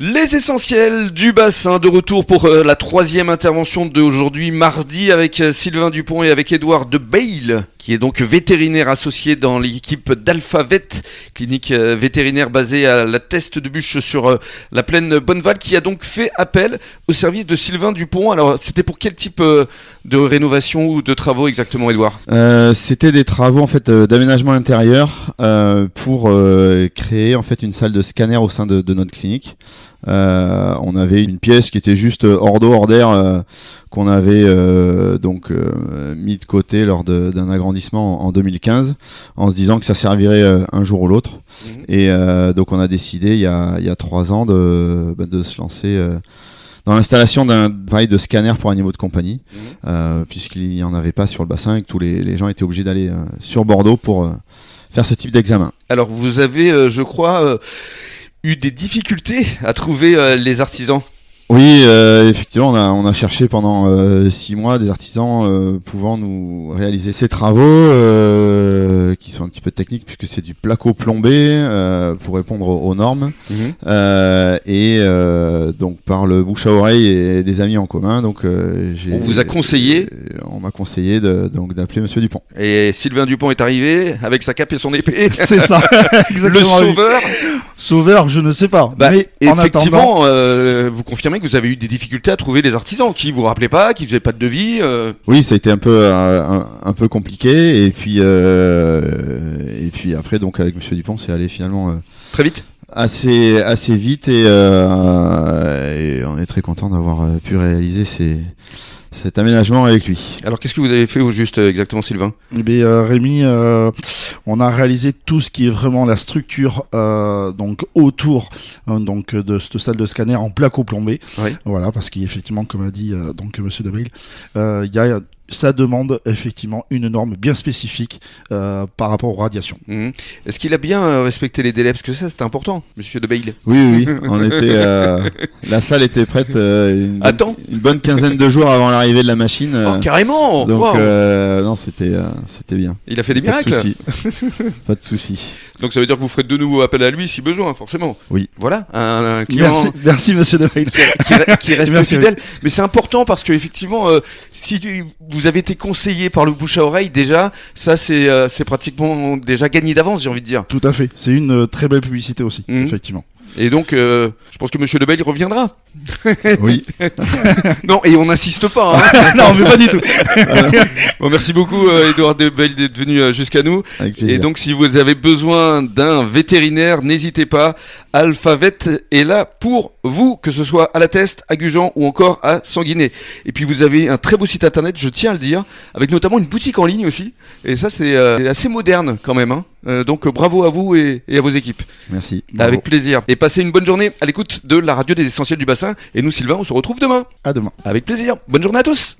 Les essentiels du bassin de retour pour euh, la troisième intervention d'aujourd'hui mardi avec euh, Sylvain Dupont et avec Édouard de Bail qui est donc vétérinaire associé dans l'équipe d'Alphavet, clinique euh, vétérinaire basée à la Teste de Bûche sur euh, la plaine Bonneval qui a donc fait appel au service de Sylvain Dupont. Alors c'était pour quel type euh, de rénovation ou de travaux exactement Édouard Euh, c'était des travaux en fait euh, d'aménagement intérieur euh, pour euh, créer en fait une salle de scanner au sein de, de notre clinique. Euh, on avait une pièce qui était juste euh, hors d'eau, hors d'air, euh, qu'on avait euh, donc euh, mis de côté lors de- d'un agrandissement en, en 2015, en se disant que ça servirait euh, un jour ou l'autre. Mhm. Et euh, donc on a décidé il y a, il y a trois ans de, bah, de se lancer euh, dans l'installation d'un appareil de scanner pour animaux de compagnie, Mhm. euh, puisqu'il n'y en avait pas sur le bassin et que tous les, les gens étaient obligés d'aller euh, sur Bordeaux pour euh, faire ce type d'examen. Alors vous avez euh, je crois euh, eu des difficultés à trouver euh, les artisans. Oui, euh, effectivement, on a, on a cherché pendant euh, six mois des artisans euh, pouvant nous réaliser ces travaux euh, qui sont un petit peu techniques puisque c'est du placo plombé euh, pour répondre aux, aux normes Mhm. Euh, et euh, donc par le bouche à oreille et des amis en commun. Donc euh, j'ai- On vous a conseillé euh, On m'a conseillé de, donc d'appeler Monsieur Dupont. Et Sylvain Dupont est arrivé avec sa cape et son épée. C'est ça. Le Exactement. oui. sauveur, Sauveur, je ne sais pas. Bah, mais en attendant, effectivement, euh, vous confirmez que vous avez eu des difficultés à trouver des artisans qui vous rappelaient pas, qui faisaient pas de devis. euh. Oui, ça a été un peu euh, un, un peu compliqué et puis euh, et puis après donc avec Monsieur Dupont c'est allé finalement euh, Très vite. assez assez vite et, euh, et on est très content d'avoir euh, pu réaliser ces, cet aménagement avec lui. Alors qu'est-ce que vous avez fait au juste euh, exactement, Sylvain eh bien, euh, Rémi, euh, on a réalisé tout ce qui est vraiment la structure euh, donc autour hein, donc de cette salle de scanner en placo plombé. Oui. Voilà, parce qu'effectivement, comme a dit euh, donc Monsieur Dabril, euh, il y a ça demande effectivement une norme bien spécifique euh, par rapport aux radiations. Mhm. Est-ce qu'il a bien euh, respecté les délais Parce que ça, c'était important, monsieur de Bail. Oui, oui, oui, on était euh, la salle était prête euh, une, bonne- Attends. une bonne quinzaine de jours avant l'arrivée de la machine. euh, Ah, Oh, carrément donc Waouh euh, non, c'était euh, c'était bien. Il a fait des Pas de miracles. souci. Pas de souci. Donc ça veut dire que vous ferez de nouveau appel à lui si besoin, forcément. Oui. Voilà, un, un client Merci, merci Monsieur Dabril. qui, re- qui reste Merci, fidèle. Mais c'est important parce que effectivement, euh, si tu- vous avez été conseillé par le bouche à oreille, déjà, ça c'est euh, c'est pratiquement déjà gagné d'avance, j'ai envie de dire. Tout à fait. C'est une euh, très belle publicité aussi, Mhm. effectivement. Et donc, euh, je pense que Monsieur Lebel il reviendra. Oui. Non, et on n'insiste pas. hein. non, mais pas du tout. Bon, merci beaucoup, euh, Edouard Lebel d'être venu euh, jusqu'à nous. Avec plaisir. Et donc, si vous avez besoin d'un vétérinaire, n'hésitez pas. Alphavet est là pour vous, que ce soit à la Teste, à Gujan ou encore à Sanguinet. Et puis, vous avez un très beau site internet, je tiens à le dire, avec notamment une boutique en ligne aussi. Et ça, c'est euh, assez moderne quand même. hein. Euh, donc, euh, bravo à vous et, et à vos équipes. Merci. Avec plaisir. Et passez une bonne journée à l'écoute de la radio des essentiels du bassin. Et nous, Sylvain, on se retrouve demain. À demain. Avec plaisir. Bonne journée à tous.